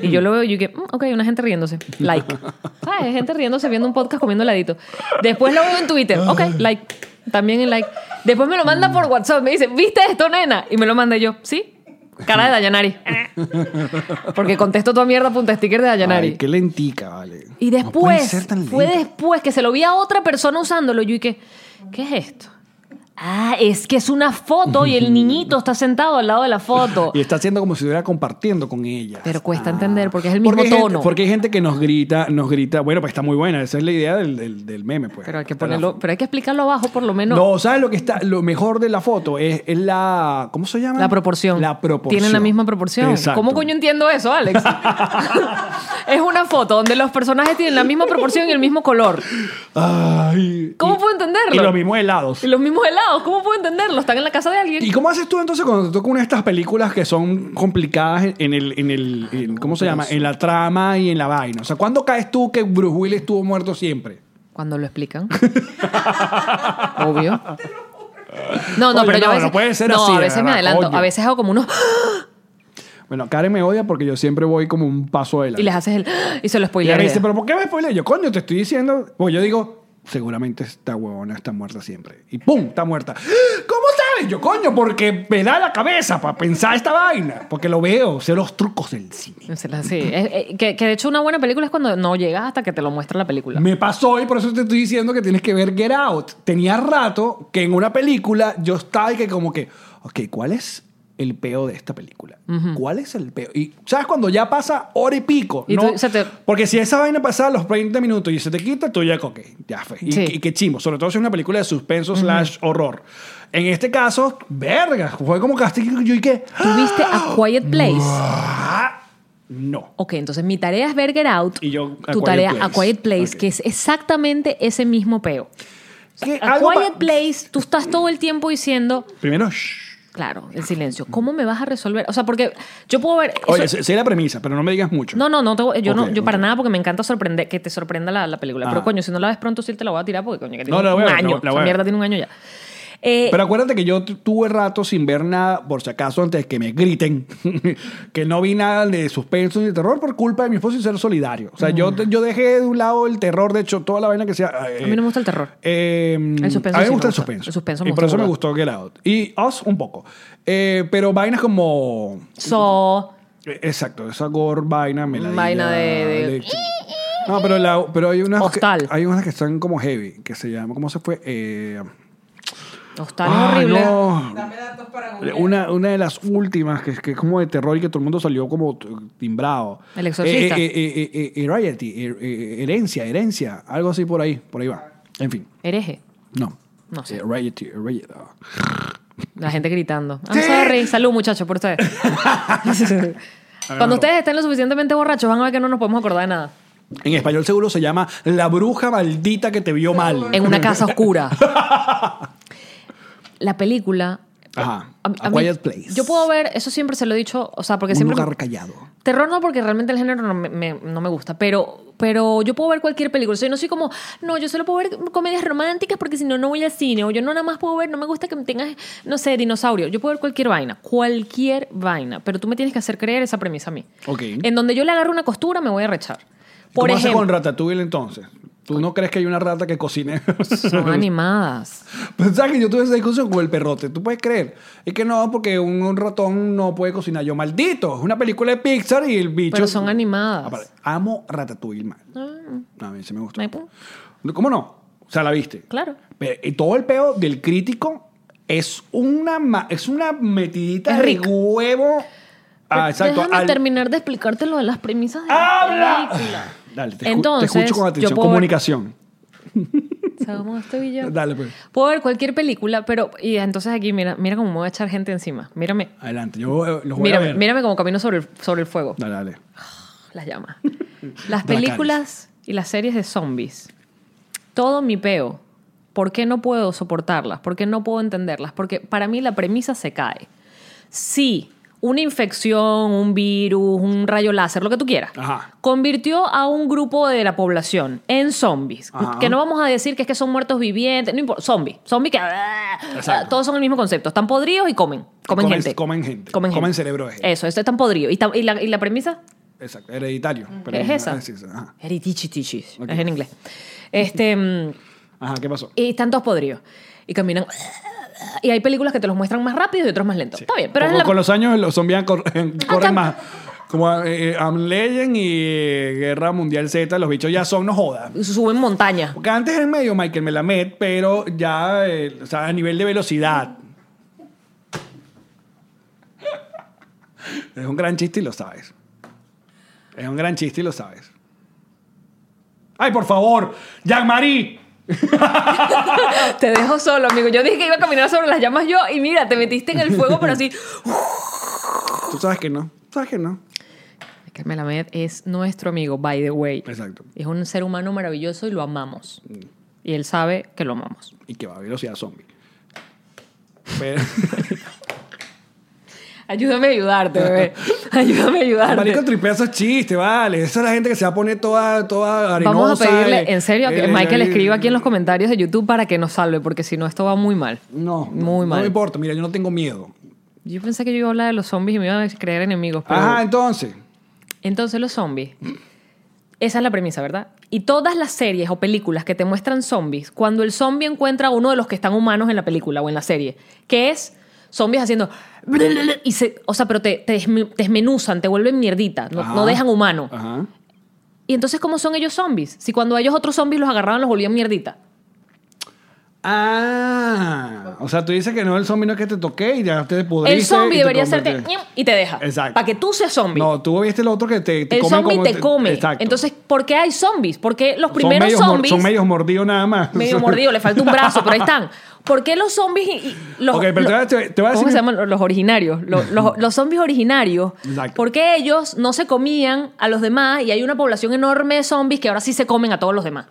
Y yo lo veo y yo que, "Mm, ok, una gente riéndose. Like. ¿Sabes? Gente riéndose viendo un podcast comiendo heladito. Después lo veo en Twitter. Ok, like. También en like. Después me lo manda por WhatsApp. Me dice, ¿viste esto, nena? Y me lo manda y yo, ¿sí? Cara de Dayanari. Porque contesto toda mierda punta sticker de Dayanari. Ay, qué lentica, vale. Y No puede después, ser tan fue lenta. después que se lo vi a otra persona usándolo. Yo y que, ¿qué es esto? Ah, es que es una foto y el niñito está sentado al lado de la foto. Y está haciendo como si estuviera compartiendo con ella. Pero cuesta entender porque es el mismo porque hay gente- tono. porque hay gente que nos grita, nos grita. Bueno, pues está muy buena. Esa es la idea del, del- del meme, pues. pero hay que Está la ponerlo, pero hay que explicarlo abajo por lo No. menos. ¿sabes lo que está? Lo mejor de la foto es, es la. ¿Cómo se llama? La proporción. La proporción. Tienen la misma proporción. Exacto. ¿Cómo coño entiendo eso, Alex? es una foto donde los personajes tienen la misma proporción y el mismo color. Ay, ¿Cómo y- puedo entenderlo? Y los mismos helados. Y los mismos helados, ¿cómo puedo entenderlo? Están en la casa de alguien. ¿Y cómo haces tú entonces cuando te toca una de estas películas que son complicadas en- en el, en el en- ¿cómo se llama? En la trama y en la vaina. O sea, ¿cuándo caes tú que Bruce Willis estuvo muerto siempre? Cuando lo explican. Obvio. No, no, Oye, pero yo no, a veces, no puede ser no, así, a de veces me verdad, adelanto. coño. A veces hago como unos Bueno, Karen me odia porque yo siempre voy como un paso adelante. y les haces el y se Y lo ella spoileas. me dice, ¿pero por qué me spoileas? Yo, coño, te estoy diciendo. Pues yo digo, seguramente esta huevona está muerta siempre. Y pum, está muerta. ¿Cómo sabes? Yo, coño, porque me da la cabeza para pensar esta vaina. Porque lo veo, sé los trucos del cine. Se las- sí. Es- eh, que, que de hecho una buena película es cuando no llegas hasta que te lo muestra la película. Me pasó y por eso te estoy diciendo que tienes que ver Get Out. Tenía rato que en una película yo estaba y que como que, ok, ¿cuál es el peo de esta película? ¿Cuál es el peo? Y sabes cuando ya pasa hora y pico, Y ¿no? tú- se te- Porque si esa vaina pasaba los 20 minutos y se te quita, tú ya, ok, ya fue. Y, Sí. y qué chimbo, sobre todo si es una película de suspenso slash horror. En este caso, verga, fue como castigo yo y que... ¿Tuviste a Quiet Place? ah, no. Ok, entonces mi tarea es ver Get Out. Y yo, A tu Quiet tarea Place. a Quiet Place, Ok. que es exactamente ese mismo peo. Que A Eh, algo pa- Quiet Place, tú estás todo el tiempo diciendo, Primero, shh. claro, el silencio. ¿Cómo me vas a resolver? O sea, porque yo puedo ver. Oye, eso- sé, sé la premisa, pero no me digas mucho. No, no, no, te voy- yo, no, Ok, yo para ok. nada porque me encanta sorprender, que te sorprenda la, la película. Ah. Pero coño, si no la ves pronto, sí te la voy a tirar porque coño, que tiene No, la voy a un ver, la año. voy- la voy a Esa ver. mierda tiene un año ya. Eh, Pero acuérdate que yo tu- tuve rato sin ver nada, por si acaso, antes de que me griten, que no vi nada de suspenso ni de terror por culpa de mi esposo y ser solidario. O sea, yo, yo dejé de un lado el terror, de hecho, toda la vaina que sea... eh, Mm. A mí no me gusta el terror. eh, A suspenso mí sí me me gusta el gusta. suspenso. El suspenso me y por gusta eso me burda. gustó Get Out. Y Us un poco. Eh, pero vainas como... so, eh, Exacto, esa gore vaina, meladilla, Vaina de- de- No, pero, la- pero hay unas... que- Hostal. hay unas que están como heavy, que se llama... ¿Cómo se fue? Eh... hostal Ah, horrible. no. Eh, Una, una de las últimas, que, es- que es como de terror y que todo el mundo salió como t- timbrado. El exorcista. Eh, eh, eh, eh, eh, Heredity, eh, eh, herencia, herencia, algo así por ahí, por ahí va. En fin, Hereje. no. No sé. Eh, Heredity, Heredity. ah. La gente gritando. I'm sorry. Salud, muchachos, por ustedes. Cuando ustedes estén lo suficientemente borrachos, van a ver que no nos podemos acordar de nada. En español seguro se llama La bruja maldita que te vio mal. En una casa oscura. La película. Ajá. a- a A mí- Quiet Place. Yo puedo ver, eso siempre se lo he dicho, o sea, porque Un siempre. lugar callado. Terror no, porque realmente el género no me, me- no me gusta, pero, pero yo puedo ver cualquier película. O sea, yo no soy como, no, yo solo puedo ver comedias románticas porque si no, no voy al cine. O yo no nada más puedo ver, no me gusta que me tengas, no sé, dinosaurio. Yo puedo ver cualquier vaina, cualquier vaina, pero tú me tienes que hacer creer esa premisa a mí. Ok. En donde yo le agarro una costura, me voy a rechar. Por ¿Cómo hace con ejemplo, Ratatouille entonces? ¿Tú no crees que hay una rata que cocine? son animadas. Pensaba que yo tuve esa discusión con el perrote. ¿Tú puedes creer? Es que no, porque un, un ratón no puede cocinar. Yo, maldito, es una película de Pixar y Ah, el bicho... Pero son animadas. Ah. Aparte, Amo Ratatouille mal. A mí se me gustó. Ay, pum. ¿Cómo no? O sea, la viste. Claro. Pero, y todo el peo del crítico es una, ma- es una metidita Es de rico. huevo. Ah, exacto. Déjame al- terminar de explicarte lo de las premisas de la película. ¡Habla! Dale, te, escu- te Entonces, escucho con yo atención. puedo ver- Comunicación. Sabemos esto y yo. Dale, pues. Puedo ver cualquier película, pero. Y entonces aquí, mira, mira cómo me voy a echar gente encima. Mírame. Adelante. Yo eh, los voy a Mírame, ver. mírame como camino sobre el, sobre el fuego. Dale, dale. Las llamas. Las películas y las series de zombies. Todo mi peo. ¿Por qué no puedo soportarlas? ¿Por qué no puedo entenderlas? Porque para mí la premisa se cae. Si una infección, un virus, un rayo láser, lo que tú quieras, Ajá. convirtió a un grupo de la población en zombies. Ajá. Que no vamos a decir que es que son muertos vivientes, no importa, zombies. Zombies que... ah, Exacto. todos son el mismo concepto. Están podridos y comen. Comen, Comen- gente. comen gente. Comen, Comen gente. cerebro de gente. Eso, esto están podridos. ¿Y, ta- y la, ¿Y la premisa? Exacto, hereditario. pero- Mm. ¿Es esa? ah, sí, sí, ajá. Heritichitichis. Ok. Es en inglés. Este... mm, Ajá, ¿qué pasó? y están todos podridos. Y caminan. Y hay películas que te los muestran más rápido y otros más lentos. Está bien, pero Con, es la- Ah, con los años los zombies cor- corren cam- más. Como eh, eh, Am Legend y eh, Guerra Mundial Z, los bichos ya son, no jodas. suben montaña. Porque antes era medio Michael Melamed, pero ya eh, o sea, a nivel de velocidad. Es un gran chiste y lo sabes. Es un gran chiste y lo sabes. ¡Ay, por favor! ¡Jean-Marie! Te dejo solo, amigo. Yo dije que iba a caminar sobre las llamas yo y mira, te metiste en el fuego, pero así. Tú sabes que no. Tú sabes que no. Que Melamed es nuestro amigo, by the way. Exacto. Es un ser humano maravilloso y lo amamos. Mm. Y él sabe que lo amamos. Y que va a velocidad zombie. Pero... Ayúdame a ayudarte, bebé. Ayúdame a ayudarte. Marico, tripea esos chistes, vale. Esa es la gente que se va a poner toda, toda arenosa. Vamos a pedirle, eh, en serio, a que eh, Michael eh, escriba aquí en los comentarios de YouTube para que nos salve, porque si no, esto va muy mal. No, Muy No mal. me importa, mira, yo no tengo miedo. Yo pensé que yo iba a hablar de los zombies y me iban a creer enemigos. Pero... Ajá, entonces. Entonces los zombies. Esa es la premisa, ¿verdad? Y todas las series o películas que te muestran zombies, cuando el zombie encuentra a uno de los que están humanos en la película o en la serie, que es zombies haciendo... Y se, o sea, pero te, te desme- desmenuzan, te vuelven mierdita, no, Ajá. Ah. no dejan humano. Ajá. Y entonces, ¿cómo son ellos zombies? Si cuando a ellos otros zombies los agarraban, los volvían mierdita. Ah, o sea, tú dices que no el zombie no es que te toqué y ya te pudriste. El zombie y te debería hacerte... convertiste. Y te deja. Exacto. Para que tú seas zombie. No, tú viste el otro que te, te el comen zombie como te come. Exacto. Entonces, ¿por qué hay zombies? Porque los son primeros medios, mor- zombies... son medios mordidos nada más. medio mordido, le falta un brazo, pero ahí están. ¿Por qué los zombies y, y los, Ok, pero te voy a- te- te voy a ¿cómo decir- se llaman los- los originarios? Los, los- los zombies originarios. Exacto. ¿Por qué ellos no se comían a los demás y hay una población enorme de zombies que ahora sí se comen a todos los demás?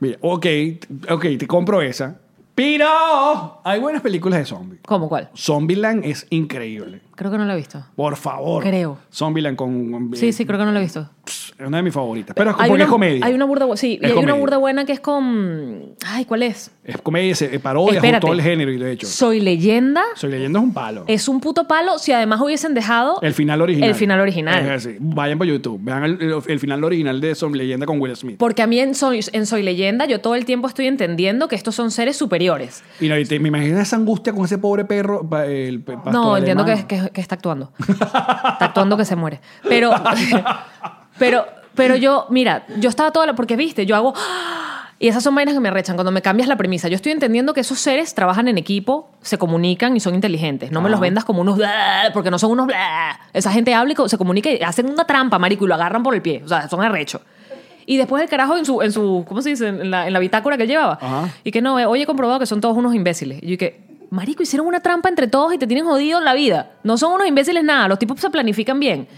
Mira, ok, t- ok, te compro esa. Pero hay buenas películas de zombies. ¿Cómo cuál? Zombieland es increíble. Creo que no lo he visto. Por favor. Creo. Zombieland con. con- eh, Sí, sí, creo que no lo he visto. Es una de mis favoritas. Pero es porque una, es comedia. Hay una burda buena. Sí, Es y hay comedia. una burda buena que es con. Ay, ¿cuál es? Es comedia, se eh, parodia con Espérate. todo el género, y de hecho. Soy leyenda. Soy leyendo es un palo. Es un puto palo si además hubiesen dejado. el final original. El final original. Es así. Vayan por YouTube. Vean el, el- el final original de Zombie Leyenda con Will Smith. Porque a mí en Soy, en Soy Leyenda yo todo el tiempo estoy entendiendo que estos son seres superiores. Y no, y te- me imagino esa angustia con ese pobre perro. pa- el pe- pastor no, entiendo que, alemán. que- que está actuando. Está actuando que se muere. Pero, pero, pero yo, mira, yo estaba toda la... Porque, viste, yo hago... ¡ah! Y esas son vainas que me rechan cuando me cambias la premisa. Yo estoy entendiendo que esos seres trabajan en equipo, se comunican y son inteligentes. No me los vendas como unos... bla, Porque no son unos... bla. Esa gente habla y co- se comunica y hacen una trampa, marico, y lo agarran por el pie. O sea, son arrecho. Y después el carajo en su, en su ¿cómo se dice? En la, en la bitácora que él llevaba. Ajá. Y que no, eh, hoy he comprobado que son todos unos imbéciles. Y yo que, marico, hicieron una trampa entre todos y te tienen jodido la vida. No son unos imbéciles nada, los tipos se planifican bien.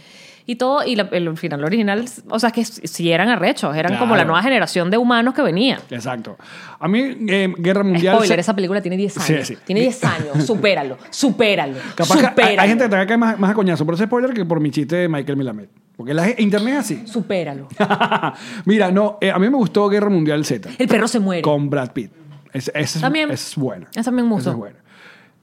Y todo, y la- el final, lo original, o sea, es que si eran arrechos, eran como la Claro. nueva generación de humanos que venía. Exacto. A mí, eh, Guerra Mundial. Spoiler, se- esa película tiene 10 Sí, años. sí. Tiene 10 años, supéralo, supéralo, Capaz que hay, supéralo, hay gente que te va a caer más, más a coñazo por ese spoiler que por mi chiste de Michael Melamed. Porque la, ge- internet es así. Ah, supéralo. Mira, no, eh, a mí me gustó Guerra Mundial Z. El perro se muere. con Brad Pitt. Es, es, También. es buena. Esa también me gustó. es buena.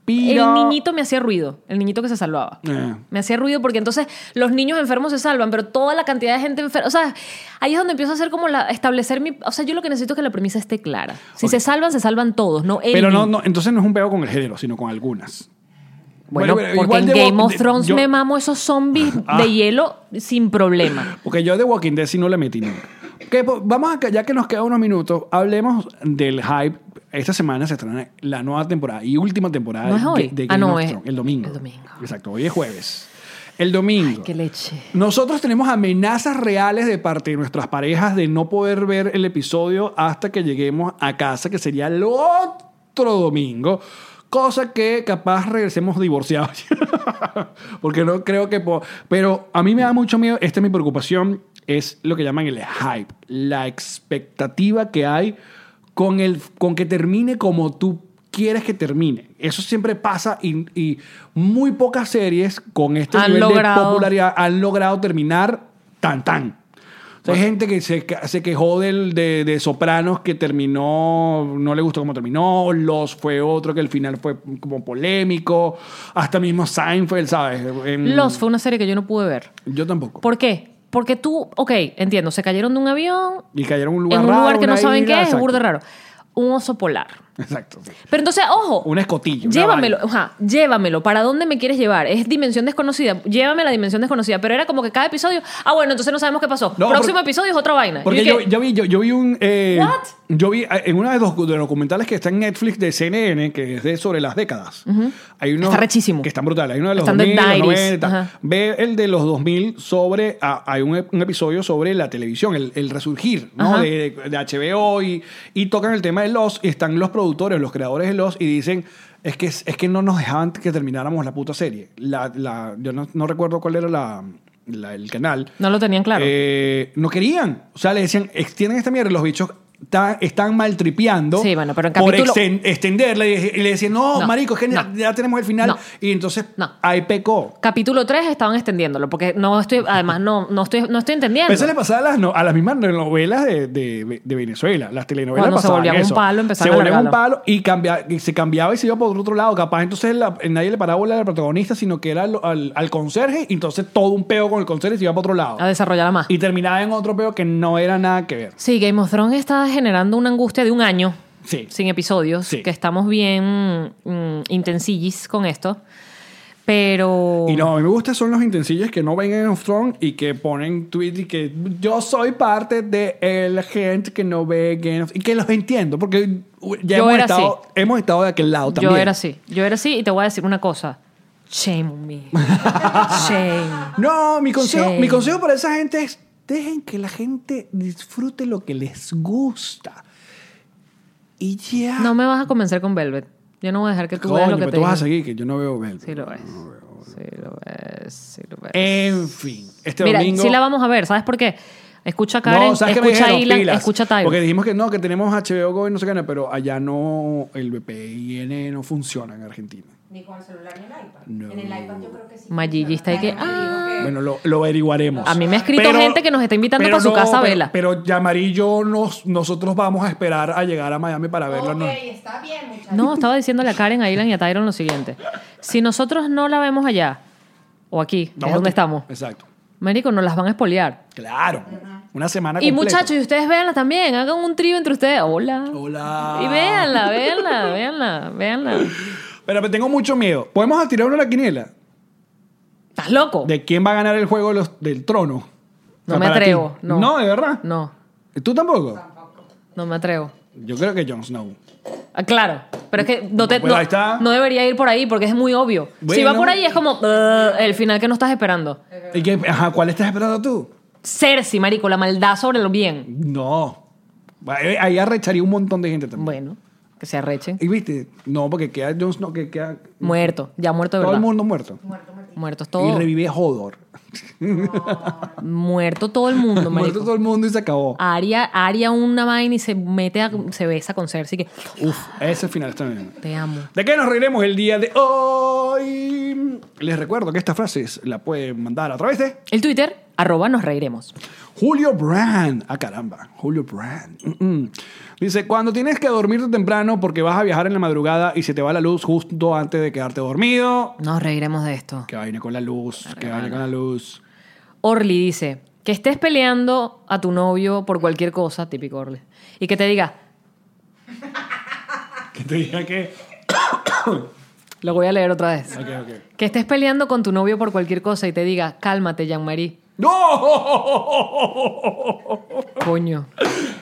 El Pero- niñito me hacía ruido, el niñito que se salvaba. Eh. Me hacía ruido porque entonces los niños enfermos se salvan, pero toda la cantidad de gente enferma, o sea, ahí es donde empiezo a hacer como la establecer mi, o sea, yo lo que necesito es que la premisa esté clara. Si Ok. se salvan, se salvan todos, no él. Pero no, no, entonces no es un peo con el género, sino con algunas. Bueno, pero porque igual en de Wa- Game of de- Thrones yo- me mamo esos zombies Ah. de hielo sin problema. Porque yo de Walking Dead sí no le metí nunca. Que, po- vamos a, ya que nos quedan unos minutos, hablemos del hype. Esta semana se estrena la nueva temporada y última temporada ¿No es hoy? de, de Ah, Game no, of es- Thrones, el domingo. el domingo. Exacto, hoy es jueves. El domingo. Qué leche. Nosotros tenemos amenazas reales de parte de nuestras parejas de no poder ver el episodio hasta que lleguemos a casa, que sería el otro domingo. Cosa que capaz regresemos divorciados. Porque no creo que... po- Pero a mí me da mucho miedo, esta es mi preocupación, es lo que llaman el hype, la expectativa que hay con, el, con que termine como tú quieres que termine. Eso siempre pasa y, y muy pocas series con este Han nivel de logrado. popularidad han logrado terminar tan tan. O sea, hay gente que se, que- se quejó del, de, de Sopranos que terminó, no le gustó cómo terminó, Los fue otro que el final fue como polémico, hasta mismo Seinfeld, ¿sabes? En- Los fue una serie que yo no pude ver. Yo tampoco. ¿Por qué? Porque tú, ok, entiendo, se cayeron de un avión Y cayeron en un en lugar un raro, lugar que no una saben isla, qué es, exacto. burda raro. Un oso polar. Exacto. sí. Pero entonces, ojo. Una escotilla, una Llévamelo, vaina. ajá, llévamelo. ¿Para dónde me quieres llevar? Es dimensión desconocida. Llévame a la dimensión desconocida. Pero era como que cada episodio. Ah, bueno, entonces no sabemos qué pasó. No, Próximo porque- episodio es otra vaina. Porque Y yo, que- yo vi, yo, yo vi un. eh, What? Yo vi eh, en uno de los docu- de los documentales que está en Netflix de CNN, que es de sobre las décadas. hay unos, Está rechísimo. Que están brutales. Hay uno de los Están de 2000, los 90s, 90. ajá. Ve el de los 2000 sobre. ah, hay un, ep- un episodio sobre la televisión, el, el resurgir ¿no? Ajá. de, de HBO y, y tocan el tema de los. Y están los productores, los creadores de los y dicen. Es que, es que no nos dejaban que termináramos la puta serie. La, la- yo no, no recuerdo cuál era la- la- el canal. No lo tenían claro. Eh, no querían. O sea, le decían, extienden esta mierda. y Los bichos ta- están maltripeando Sí, bueno, pero en por capítulo- exten- extenderla. Y, y le decían, no, No, marico, es que ya- no. ya tenemos el final. No. Y entonces No. ahí pecó. Capítulo 3 estaban extendiéndolo. Porque no estoy. Además, no, no, estoy, no estoy entendiendo. Pero Eso le pasaba a las, no- a las mismas novelas de, de- de Venezuela. Las telenovelas Cuando se pasaban volvían un eso. palo, empezaban Se a volvían un alargarlo. palo y, cambia- y se cambiaba y se iba por otro lado. Capaz entonces la- nadie le paraba bola al protagonista, sino que era al, al- al conserje. Y entonces todo un peo con el conserje se iba para otro lado. A desarrollarla más. Y terminaba en otro peo que no era nada que ver. Sí, Game of Thrones está generando una angustia de un año. Sí. Sin episodios. Sí. Que estamos bien mm, intensillis con esto. Pero. Y no, a mí me gustan son los intensillos que no ven en of Thrones y que ponen tweets y que yo soy parte de la gente que no ve Game of- y que los entiendo porque ya Yo hemos, era estado, así. hemos estado de aquel lado también. Yo era así. Yo era así y te voy a decir una cosa. Shame on me. Shame. No, mi consejo, Sí. mi consejo para esa gente es dejen que la gente disfrute lo que les gusta. Y ya. No me vas a convencer con Velvet. Yo no voy a dejar que tú Coño, veas lo que pero te tú vas a digo. seguir que yo no veo Velvet. Sí lo ves. Sí lo ves. Sí lo ves. En fin, este Mira, domingo sí la vamos a ver. ¿Sabes por qué? Escucha a Karen, qué me escucha a dijeron? Ilan, Pilas. escucha a Tyler. Porque dijimos que no, que tenemos HBO Go y no sé qué, no, pero allá no, el VPN no funciona en Argentina. Ni con el celular ni el iPad. No. En el iPad yo creo que sí. Mayigi está ahí que, Ah. Bueno, lo, lo averiguaremos. A mí me ha escrito gente que nos está invitando pero pa' su casa a pero- verla. Pero llamar y yo, nos, nosotros vamos a esperar a llegar a Miami para verla. Ok, ¿no? está bien, muchachos. No, estaba diciéndole a Karen, a Ilan y a Tyron lo siguiente. Si nosotros no la vemos allá, o aquí, que es No, donde te- estamos, Exacto. Marico, nos las van a espoliar. Claro. Una semana Y completa. muchachos, y ustedes véanla también, hagan un trío entre ustedes. Hola. Hola. Y véanla, véanla, véanla, véanla. Pero tengo mucho miedo. ¿Podemos tirar una quiniela? ¿Estás loco? ¿De quién va a ganar el juego de los- del trono? No O sea, me para ti. atrevo, no. No, de verdad. No, ¿Tú tampoco? no me atrevo. Yo creo que Jon Snow. Ah, claro, pero es que no, te- Bueno, pues no- ahí está. no debería ir por ahí porque es muy obvio. si Bueno. va por ahí es como "Ugh", el final que no estás esperando. ¿Y qué, ajá, ¿Cuál estás esperando tú? Cersei, marico, la maldad sobre lo bien. No. Ahí ahí arrecharía un montón de gente también. Bueno, que se arrechen. Y viste, no, porque queda Jon Snow, que queda Muerto, ya muerto de todo el verdad. mundo muerto. Muertos Y todo. revive Hodor. Muerto todo el muerto mundo, marico. Ah. todo el mundo y se acabó. Aria, Aria una vaina y se mete a, se besa con Cersei que Uf, ese final está bien. te amo. ¿De qué nos reiremos el día de hoy? Les recuerdo que estas frases la pueden mandar a través de El Twitter, arroba nos reiremos. Julio Brand. Ah, caramba. Julio Brand. Mm, mm. Dice, cuando tienes que dormirte temprano porque vas a viajar en la madrugada y se te va la luz justo antes de quedarte dormido. Nos reiremos de esto. Que vaina con la luz, que vaina con la luz. Orly dice, que estés peleando a tu novio por cualquier cosa, típico Orly, y que te diga, Que te diga que... lo voy a leer otra vez, Ok, ok. que estés peleando con tu novio por cualquier cosa y te diga, cálmate, Jean-Marie, ¡No! coño.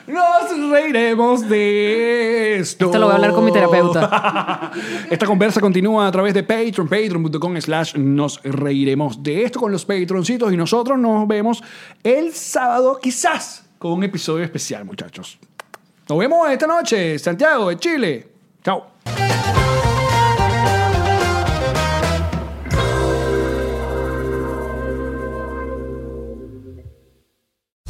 Nos reiremos de esto. Esto lo voy a hablar con mi terapeuta. Esta conversa continúa a través de Patreon, patreon.com slash nos reiremos de esto con los patroncitos y nosotros nos vemos el sábado quizás con un episodio especial, muchachos. Nos vemos esta noche, Santiago de Chile. Chao.